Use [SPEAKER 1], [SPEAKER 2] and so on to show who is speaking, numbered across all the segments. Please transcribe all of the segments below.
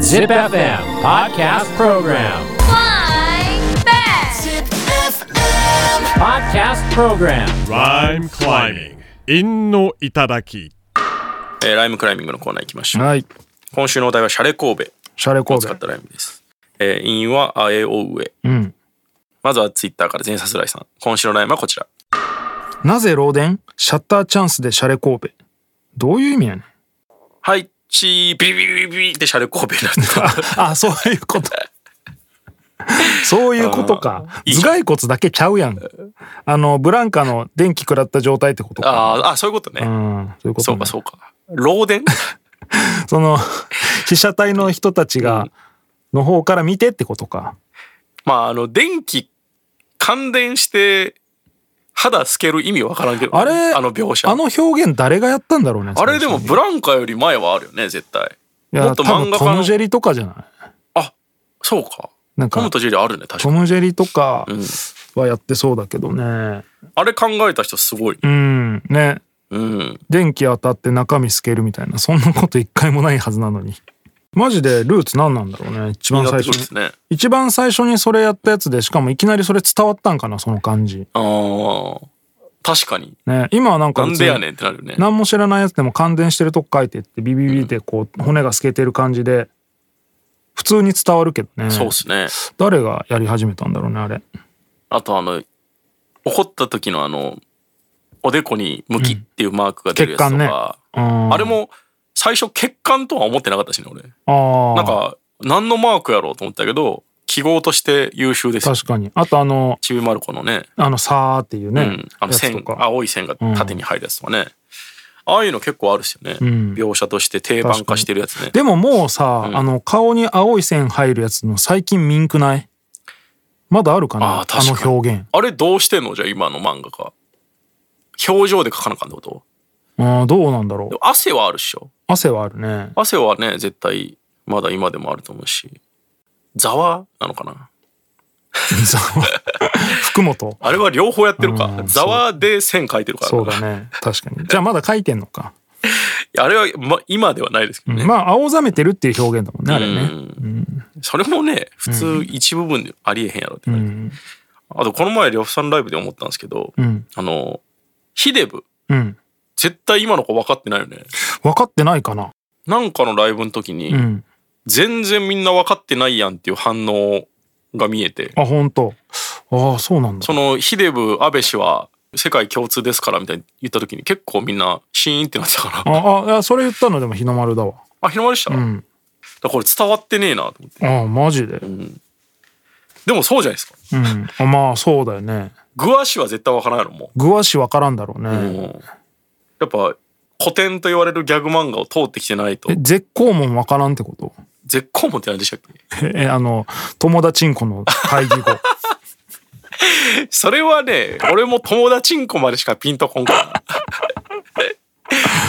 [SPEAKER 1] Zip FM Podcast Program.
[SPEAKER 2] Flying back.
[SPEAKER 1] Podcast Program.
[SPEAKER 3] Rhyme climbing. 陰の頂き。
[SPEAKER 4] えーライムクライミングのコーナー行きましょう。
[SPEAKER 5] はい。
[SPEAKER 4] 今週のお題はシャレ神戸
[SPEAKER 5] シャレ
[SPEAKER 4] を
[SPEAKER 5] 神
[SPEAKER 4] 使っ
[SPEAKER 5] 戸。
[SPEAKER 4] たライムです。えー、因はあえおうえ。
[SPEAKER 5] うん。
[SPEAKER 4] まずはツイッターから全さすらいさん。今週のライムはこちら。
[SPEAKER 5] なぜ漏電シャッターチャンスでシャレ神戸。どういう意味 やねん。
[SPEAKER 4] はい、チー、ビリビリビリビリでシャレ神戸になって た。
[SPEAKER 5] あ、そういうこと。そういうことか。頭蓋骨だけちゃうやん。あの、ブランカの電気食らった状態ってことか。
[SPEAKER 4] あーあ、そういうことね。
[SPEAKER 5] うん。そういうこ
[SPEAKER 4] そ
[SPEAKER 5] と
[SPEAKER 4] う
[SPEAKER 5] ね、
[SPEAKER 4] か、そうか。漏電
[SPEAKER 5] その、被写体の人たちが、の方から見てってことか。
[SPEAKER 4] まあ、あの、電気、感電して、肌透ける意味わからんけど、
[SPEAKER 5] あれ
[SPEAKER 4] あの描写。
[SPEAKER 5] あの表現誰がやったんだろうね。
[SPEAKER 4] あれでも
[SPEAKER 5] 最初
[SPEAKER 4] ブランカより前はあるよね、絶対。
[SPEAKER 5] に、い
[SPEAKER 4] も
[SPEAKER 5] や、
[SPEAKER 4] っと
[SPEAKER 5] 多
[SPEAKER 4] 漫
[SPEAKER 5] 分
[SPEAKER 4] 画家
[SPEAKER 5] トム・ジェ
[SPEAKER 4] の。
[SPEAKER 5] リとかじゃない
[SPEAKER 4] あ、そうか。
[SPEAKER 5] なんか
[SPEAKER 4] トムとジェリーあるね、確か
[SPEAKER 5] ト
[SPEAKER 4] に。
[SPEAKER 5] ム・ジェリとか
[SPEAKER 4] うん
[SPEAKER 5] はやってそうだけどね。
[SPEAKER 4] あれ考えた人すごい。
[SPEAKER 5] うん、ね。
[SPEAKER 4] うん。
[SPEAKER 5] 電気当たって中身透けるみたいな、そんなこと一回もないはずなのに。マジでルーツ何なんだろうね。一番
[SPEAKER 4] やっ
[SPEAKER 5] 最
[SPEAKER 4] てくる
[SPEAKER 5] 初
[SPEAKER 4] で
[SPEAKER 5] に
[SPEAKER 4] す。ね。
[SPEAKER 5] 一番最初にそれやったやつで、しかもいきなりそれ伝わったんかな、その感じ。
[SPEAKER 4] ああ。確かに。
[SPEAKER 5] ね。今はなんか
[SPEAKER 4] な
[SPEAKER 5] 別に
[SPEAKER 4] んでやねんってなるよね。
[SPEAKER 5] 何も知らないやつでも感電してるとこ書いてってビビビってこう骨が透けてる感じで普通に伝わるけどね
[SPEAKER 4] そうっすね。
[SPEAKER 5] 誰がやり始めたんだろうねあれ
[SPEAKER 4] あとあの、怒った時のあの、おでこにムキっていうマークが出るやつと
[SPEAKER 5] 血
[SPEAKER 4] か、
[SPEAKER 5] うん
[SPEAKER 4] あれも最初血管とは思ってなかったしね、俺。
[SPEAKER 5] あー
[SPEAKER 4] なんか、何のマークやろうと思ったけど、記号として優秀ですよ。
[SPEAKER 5] 確かにあとあの
[SPEAKER 4] ちびまる子のね、
[SPEAKER 5] あのさーっていう
[SPEAKER 4] う
[SPEAKER 5] ね、
[SPEAKER 4] ん、あの
[SPEAKER 5] やつと
[SPEAKER 4] 線、
[SPEAKER 5] か
[SPEAKER 4] 青い線が縦に入るやつとかね。ああいうの結構あるっすよね。
[SPEAKER 5] ん
[SPEAKER 4] 描写として定番化してるやつね。
[SPEAKER 5] でももうさ、
[SPEAKER 4] うん
[SPEAKER 5] あの顔に青い線入るやつの最近ミンクないまだあるかな
[SPEAKER 4] あ
[SPEAKER 5] あ
[SPEAKER 4] ー確かに
[SPEAKER 5] の表現
[SPEAKER 4] あれどうしてんのじゃあ今の漫画が。表情で書かなあかんってこと
[SPEAKER 5] うんどうなんだろ
[SPEAKER 4] で
[SPEAKER 5] う
[SPEAKER 4] も汗はあるっしょ。
[SPEAKER 5] 汗はあ るね
[SPEAKER 4] 汗はね、絶対まだ今でもあると思うし。ざわなのかな
[SPEAKER 5] 福本
[SPEAKER 4] あれは両方やってるか
[SPEAKER 5] う。ん
[SPEAKER 4] ざわで線書いてるからな。
[SPEAKER 5] そうだね確かにじゃあまだ書いてんのか
[SPEAKER 4] あれは、ま、今ではないですけどね。
[SPEAKER 5] まあ青ざめてるっていう表現だもんねあれね、
[SPEAKER 4] それもね、普通一部分でありえへんやろってなる、
[SPEAKER 5] うん
[SPEAKER 4] あとこの前、呂布さんライブで思ったんですけど、
[SPEAKER 5] うん
[SPEAKER 4] あの、ヒデブ、
[SPEAKER 5] うん
[SPEAKER 4] 絶対今の子分かってないよね。
[SPEAKER 5] 分かってないかな
[SPEAKER 4] なんかのライブの時に、
[SPEAKER 5] うん
[SPEAKER 4] 全然みんな分かってないやんっていう反応が見えて、
[SPEAKER 5] あ本当ああそうなんだ
[SPEAKER 4] そのヒデブ、安倍氏は世界共通ですからみたいに言った時に結構みんなシーンってなってたから、
[SPEAKER 5] ああいやそれ言ったのでも日の丸だわ
[SPEAKER 4] あ、広まりした、
[SPEAKER 5] う
[SPEAKER 4] だか
[SPEAKER 5] ん
[SPEAKER 4] らこれ伝わってねえなと思って。
[SPEAKER 5] ああマジで
[SPEAKER 4] でもそうじゃないですか。
[SPEAKER 5] うんあまあそうだよね
[SPEAKER 4] グアシは絶対分からないのも
[SPEAKER 5] 具足分からんだろうね、
[SPEAKER 4] う。うんやっぱ古典と言われるギャグ漫画を通ってきてないと
[SPEAKER 5] え、絶好も分からんってこと
[SPEAKER 4] 絶好もって何でしたっけ
[SPEAKER 5] えあの友達んこの会議後
[SPEAKER 4] それはね、俺も友達んこまでしかピンとこん から。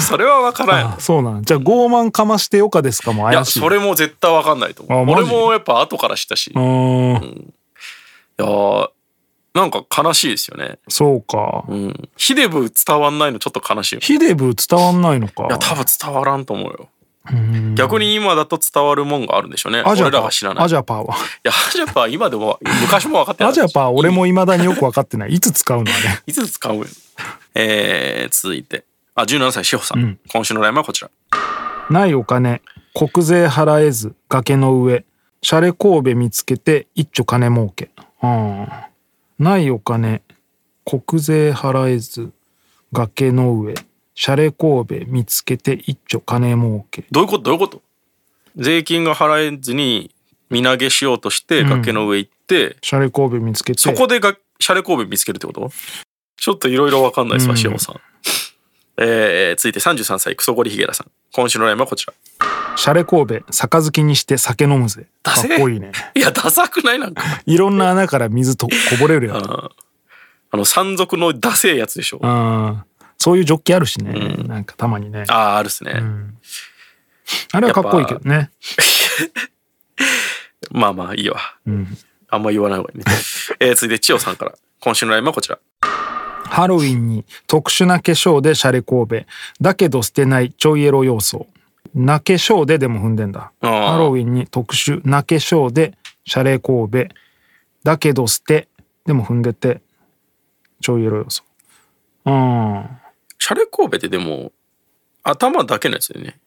[SPEAKER 4] それ は分からんやろ
[SPEAKER 5] あそうなんじゃあ傲慢かましてよかですかも
[SPEAKER 4] いや、
[SPEAKER 5] 怪しい
[SPEAKER 4] それも絶対わかんないと思
[SPEAKER 5] あ
[SPEAKER 4] う。
[SPEAKER 5] マ
[SPEAKER 4] 俺
[SPEAKER 5] ジ
[SPEAKER 4] もやっぱ後から知ったし。
[SPEAKER 5] う
[SPEAKER 4] い
[SPEAKER 5] ーん
[SPEAKER 4] やーなんか悲しいですよね。
[SPEAKER 5] そうか
[SPEAKER 4] うん。ヒデブ伝わんないのちょっと悲しいよね。
[SPEAKER 5] ヒデブ伝わんないのか
[SPEAKER 4] いや、多分伝わらんと思うよ。逆に今だと伝わるもんがあるんでしょうね。
[SPEAKER 5] アジ
[SPEAKER 4] 俺
[SPEAKER 5] ャ
[SPEAKER 4] ら
[SPEAKER 5] パ
[SPEAKER 4] が知ら
[SPEAKER 5] ー
[SPEAKER 4] ない。
[SPEAKER 5] ア
[SPEAKER 4] い
[SPEAKER 5] ジャパーは
[SPEAKER 4] や、アジャパー今でも、昔も分かってない。
[SPEAKER 5] アジャパー俺も未だによく分かってないいつ使うのあれ
[SPEAKER 4] いつ使うやん。えー、続いて。あ、17歳、志保さん。
[SPEAKER 5] うん
[SPEAKER 4] 今週のライブはこちら。
[SPEAKER 5] ないお金国税払えず崖の上シャレ神戸見つけて一丁金儲け、うん、ないお金国税払えず崖の上シャレ神戸見つけて一丁金儲け
[SPEAKER 4] どういうことどういうこと税金が払えずに、身投げしようとして、崖の上行って、
[SPEAKER 5] シャレ神戸見つけて
[SPEAKER 4] そこでがシャレ神戸見つけるってことちょっといろいろわかんないですわ、
[SPEAKER 5] うん
[SPEAKER 4] しおさん。えー、続いて33歳、クソゴリヒゲラさん。今週のライブはこちら。
[SPEAKER 5] シャレ神戸杯にして酒飲むぜ
[SPEAKER 4] ダ
[SPEAKER 5] か
[SPEAKER 4] セ
[SPEAKER 5] っこいいね
[SPEAKER 4] いや、ダサくないなんか。
[SPEAKER 5] いろんな穴から水とこぼれるやつ
[SPEAKER 4] あの、山賊のダセえやつでしょ。あ
[SPEAKER 5] うんそういうジョッキあるしね、なんかたまにね
[SPEAKER 4] あ
[SPEAKER 5] あ
[SPEAKER 4] ー、あるっすね。
[SPEAKER 5] れはかっこいいけどね
[SPEAKER 4] まあまあ、いいわ。あんま言わない方がいいね。えー、続いて、千代さんから。今週のライブはこちら。
[SPEAKER 5] ハロウィンに特殊な化粧でシャレ神戸。だけど捨てないちょいエロ要素。なけしょうででも踏んでんだ。
[SPEAKER 4] あー
[SPEAKER 5] ハロウィンに特殊、なけしょうで、謝礼神戸、だけど捨て、でも踏んでて、ちょいエロ要素。うん。
[SPEAKER 4] シャレ神戸ってでも、頭だけのやつだよね。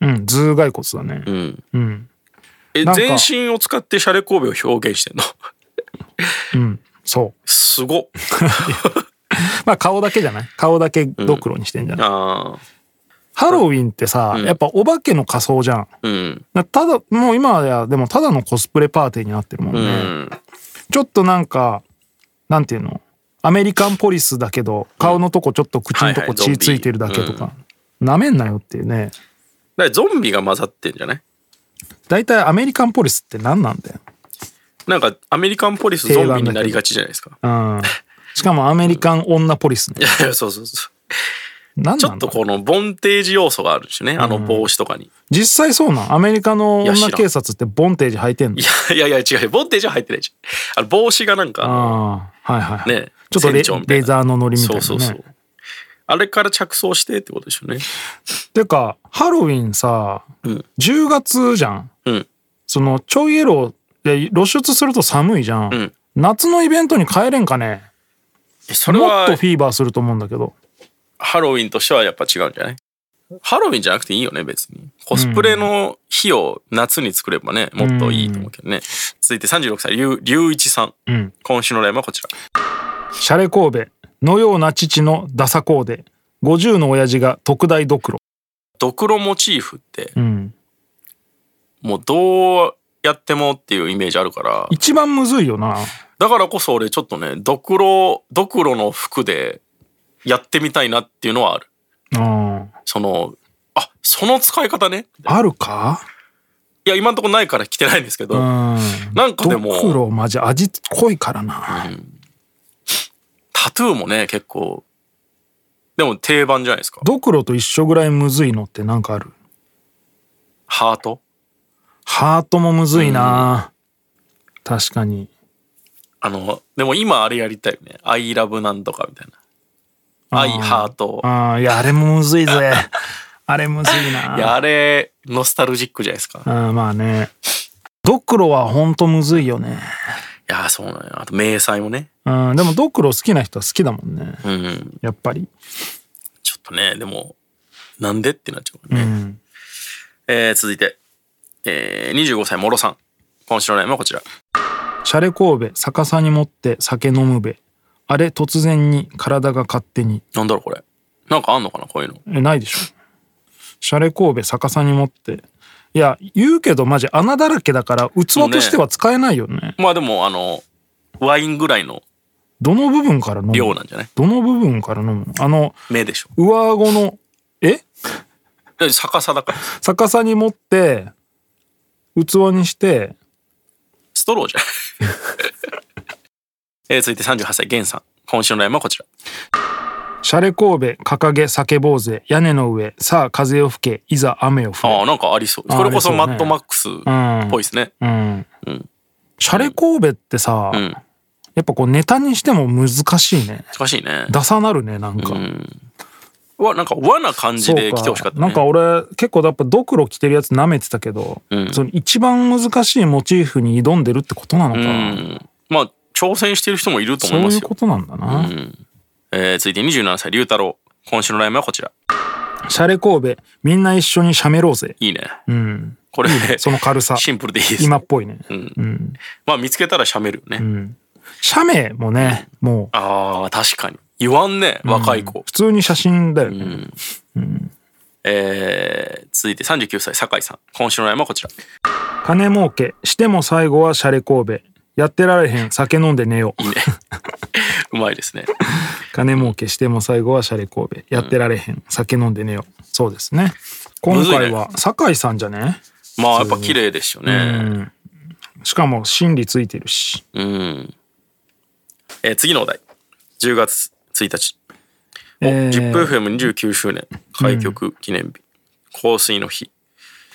[SPEAKER 5] うん、頭蓋骨だね。
[SPEAKER 4] うん。
[SPEAKER 5] うん。
[SPEAKER 4] え、
[SPEAKER 5] なんか
[SPEAKER 4] 全身を使ってシャレ神戸を表現してんの
[SPEAKER 5] うん。そう。
[SPEAKER 4] すごっ。
[SPEAKER 5] まあ顔だけじゃない顔だけドクロにしてんじゃない、
[SPEAKER 4] ああ。
[SPEAKER 5] ハロウィンってさ、やっぱお化けの仮装じゃん。
[SPEAKER 4] うん。
[SPEAKER 5] なただ、もう今や、でもただのコスプレパーティーになってるもん
[SPEAKER 4] う
[SPEAKER 5] ね。
[SPEAKER 4] ん。
[SPEAKER 5] ちょっとなんか、なんていうのアメリカンポリスだけど、顔のとこちょっと口のと
[SPEAKER 4] はいはい
[SPEAKER 5] こ
[SPEAKER 4] ゾン
[SPEAKER 5] 血
[SPEAKER 4] ビ
[SPEAKER 5] ついてるだけとか。なめんなよっていうね。
[SPEAKER 4] だからゾンビが混ざってんじゃない
[SPEAKER 5] 大体アメリカンポリスって何なんだよ。
[SPEAKER 4] なんかアメリカンポリスゾンビになりがちじゃないですか。
[SPEAKER 5] うん。しかもアメリカン女ポリス
[SPEAKER 4] い
[SPEAKER 5] ね。
[SPEAKER 4] やいや、そうそうそう。
[SPEAKER 5] 何
[SPEAKER 4] ち
[SPEAKER 5] な
[SPEAKER 4] ょ
[SPEAKER 5] ん
[SPEAKER 4] っ
[SPEAKER 5] だ
[SPEAKER 4] とこのボンテージ要素があるしね、あの帽子とかに。
[SPEAKER 5] 実際そうなんアメリカの
[SPEAKER 4] いや知ら
[SPEAKER 5] 女
[SPEAKER 4] ん
[SPEAKER 5] 警察ってボンテージ履いてんの
[SPEAKER 4] いやいやいや違うよ、ボンテージは入ってないじゃん。あの帽子がなんか、
[SPEAKER 5] ああ、はいはいはい。
[SPEAKER 4] ね
[SPEAKER 5] ちょっとレ
[SPEAKER 4] 船長みたいな
[SPEAKER 5] レザーのノリみたいな
[SPEAKER 4] そ
[SPEAKER 5] ね。
[SPEAKER 4] うそうそう。あれから着想してってことでしょうね。
[SPEAKER 5] てか、ハロウィンさ、
[SPEAKER 4] ん
[SPEAKER 5] 10月じゃん。
[SPEAKER 4] うん。
[SPEAKER 5] その、ちょいエロで露出すると寒いじゃん。
[SPEAKER 4] うん
[SPEAKER 5] 夏のイベントに帰れんかね。
[SPEAKER 4] えそれ
[SPEAKER 5] もっ
[SPEAKER 4] は
[SPEAKER 5] とフィーバーすると思うんだけど。
[SPEAKER 4] ハロウィンとしてはやっぱ違うんじゃないハロウィンじゃなくていいよね、別に。コスプレの日を夏に作ればね、もっといいと思うけどね。続いて36歳、龍龍一さん。
[SPEAKER 5] うん。
[SPEAKER 4] 今週のライブはこちら。
[SPEAKER 5] シャレ神戸、のような父のダサコーデ、50の親父が特大ドクロ。
[SPEAKER 4] ドクロモチーフって、
[SPEAKER 5] うん。
[SPEAKER 4] もうどうやってもっていうイメージあるから、
[SPEAKER 5] 一番むずいよな。
[SPEAKER 4] だからこそ俺ちょっとね、ドクロ、ドクロの服でやってみたいなっていうのはある。
[SPEAKER 5] うん。
[SPEAKER 4] その、あ、その使い方ね。
[SPEAKER 5] あるか
[SPEAKER 4] いや、今んとこないから着てないんですけど、
[SPEAKER 5] うん。
[SPEAKER 4] なんかで
[SPEAKER 5] ド
[SPEAKER 4] も、
[SPEAKER 5] クロマジ味濃いからな。
[SPEAKER 4] タトゥーもね、結構、でも定番じゃないですか。
[SPEAKER 5] ドクロと一緒ぐらいむずいのってなんかある
[SPEAKER 4] ハート
[SPEAKER 5] ハートもむずいな、確かに。
[SPEAKER 4] あの、でも今あれやりたいよね。アイラブなんとかみたいな。
[SPEAKER 5] あー
[SPEAKER 4] アイハート。
[SPEAKER 5] ああ、いや、あれもむずいぜ。 あれむずいな。
[SPEAKER 4] いや、あれ、ノスタルジックじゃないですか。い
[SPEAKER 5] うん、まあね。ドクロはほんとむずいよね。
[SPEAKER 4] や、そうなのよ。あと、迷彩もね。
[SPEAKER 5] うん、でもドクロ好きな人は好きだもんね。
[SPEAKER 4] うん。
[SPEAKER 5] やっぱり。
[SPEAKER 4] ちょっとね、でも、なんでってなっちゃうか
[SPEAKER 5] う
[SPEAKER 4] らね。
[SPEAKER 5] ん。
[SPEAKER 4] えー、続いて、えー、25歳、もろさん。今週のラインはこちら。
[SPEAKER 5] シャレ神戸、逆さに持って酒飲むべ。あれ、突然に体が勝手に。
[SPEAKER 4] なんだろう、これ。なんかあんのかな、こういうの。
[SPEAKER 5] え、ないでしょ。シャレ神戸、逆さに持って。いや、言うけどマジ穴だらけだから器としては使えないよね。
[SPEAKER 4] まあでも、あの、ワインぐらいの
[SPEAKER 5] どの部分から飲む
[SPEAKER 4] 量なんじゃない
[SPEAKER 5] どの部分から飲むのあの、
[SPEAKER 4] 目でしょ。
[SPEAKER 5] 上顎の、え
[SPEAKER 4] で逆さだから。
[SPEAKER 5] 逆さに持って、器にして、
[SPEAKER 4] ストローじゃん。 えー続いて38歳、ゲンさん。今週のラインはこちら。
[SPEAKER 5] シャレ神戸、掲げ、叫ぼうぜ、屋根の上、さあ風よ吹け、いざ雨を降
[SPEAKER 4] あ
[SPEAKER 5] れ
[SPEAKER 4] あ、。なんかありそう。
[SPEAKER 5] あー
[SPEAKER 4] これこ
[SPEAKER 5] あ
[SPEAKER 4] そ
[SPEAKER 5] りそ
[SPEAKER 4] マ
[SPEAKER 5] うね
[SPEAKER 4] ッドマックスっ
[SPEAKER 5] ん
[SPEAKER 4] ぽいですね。
[SPEAKER 5] うん。
[SPEAKER 4] うん
[SPEAKER 5] シャレ神戸ってさ、
[SPEAKER 4] うん。
[SPEAKER 5] やっぱこうネタにしても難しいね。
[SPEAKER 4] 難しいね。
[SPEAKER 5] ダサなるね、なんか。
[SPEAKER 4] うん。うわ、なんか和な感じで来てほしかったね。
[SPEAKER 5] なんか俺結構やっぱドクロ着てるやつ舐めてたけど、
[SPEAKER 4] うん
[SPEAKER 5] その一番難しいモチーフに挑んでるってことなのか
[SPEAKER 4] う
[SPEAKER 5] な、
[SPEAKER 4] ん。まあ、挑戦してる人もいると
[SPEAKER 5] そ
[SPEAKER 4] 思いま
[SPEAKER 5] うい
[SPEAKER 4] す
[SPEAKER 5] う
[SPEAKER 4] よ。
[SPEAKER 5] ことなんだな、
[SPEAKER 4] うん。えー続いて27歳、龍太郎。今週のラインはこちら。
[SPEAKER 5] シャレ神戸、みんな一緒にしゃめろうぜ。
[SPEAKER 4] いいね。
[SPEAKER 5] うん。
[SPEAKER 4] これ、
[SPEAKER 5] その軽さ。
[SPEAKER 4] シンプルでいいです。
[SPEAKER 5] 今っぽいね。
[SPEAKER 4] うん
[SPEAKER 5] うん。
[SPEAKER 4] まあ、見つけたら喋るよね。
[SPEAKER 5] うん。写メもね、も
[SPEAKER 4] ああ、確かに。言わんね、
[SPEAKER 5] う。
[SPEAKER 4] 若い子
[SPEAKER 5] 普。通に写真だよ
[SPEAKER 4] う
[SPEAKER 5] ね。
[SPEAKER 4] ん。えー続いて39歳、酒井さん。今週のラインはこちら。
[SPEAKER 5] 金儲け、しても最後はシャレ神戸。やってられへん、酒飲んで寝よう。
[SPEAKER 4] うまい ですね。
[SPEAKER 5] 金儲け、しても最後はシャレ神戸。やってられへん、酒飲んで寝よう。そうですね。今
[SPEAKER 4] むずいね
[SPEAKER 5] 回は、酒井さんじゃね
[SPEAKER 4] まあ、やっぱ綺麗ですよね。
[SPEAKER 5] しかも、心理ついてるし。
[SPEAKER 4] うん。えー次のお題。10月1日。お、
[SPEAKER 5] えー
[SPEAKER 4] ZIPFM29 周年。開局記念日。香水の日。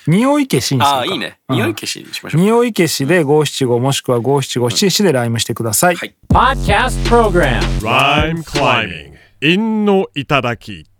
[SPEAKER 5] 匂い消しにするか
[SPEAKER 4] ああ、いいね。
[SPEAKER 5] うん
[SPEAKER 4] 匂い消しにしましょう。
[SPEAKER 5] 匂い消しで五七五もしくは五七五七七でライムしてください。
[SPEAKER 4] はい
[SPEAKER 1] Podcast Program
[SPEAKER 3] Rhyme climbing. 韻の頂き。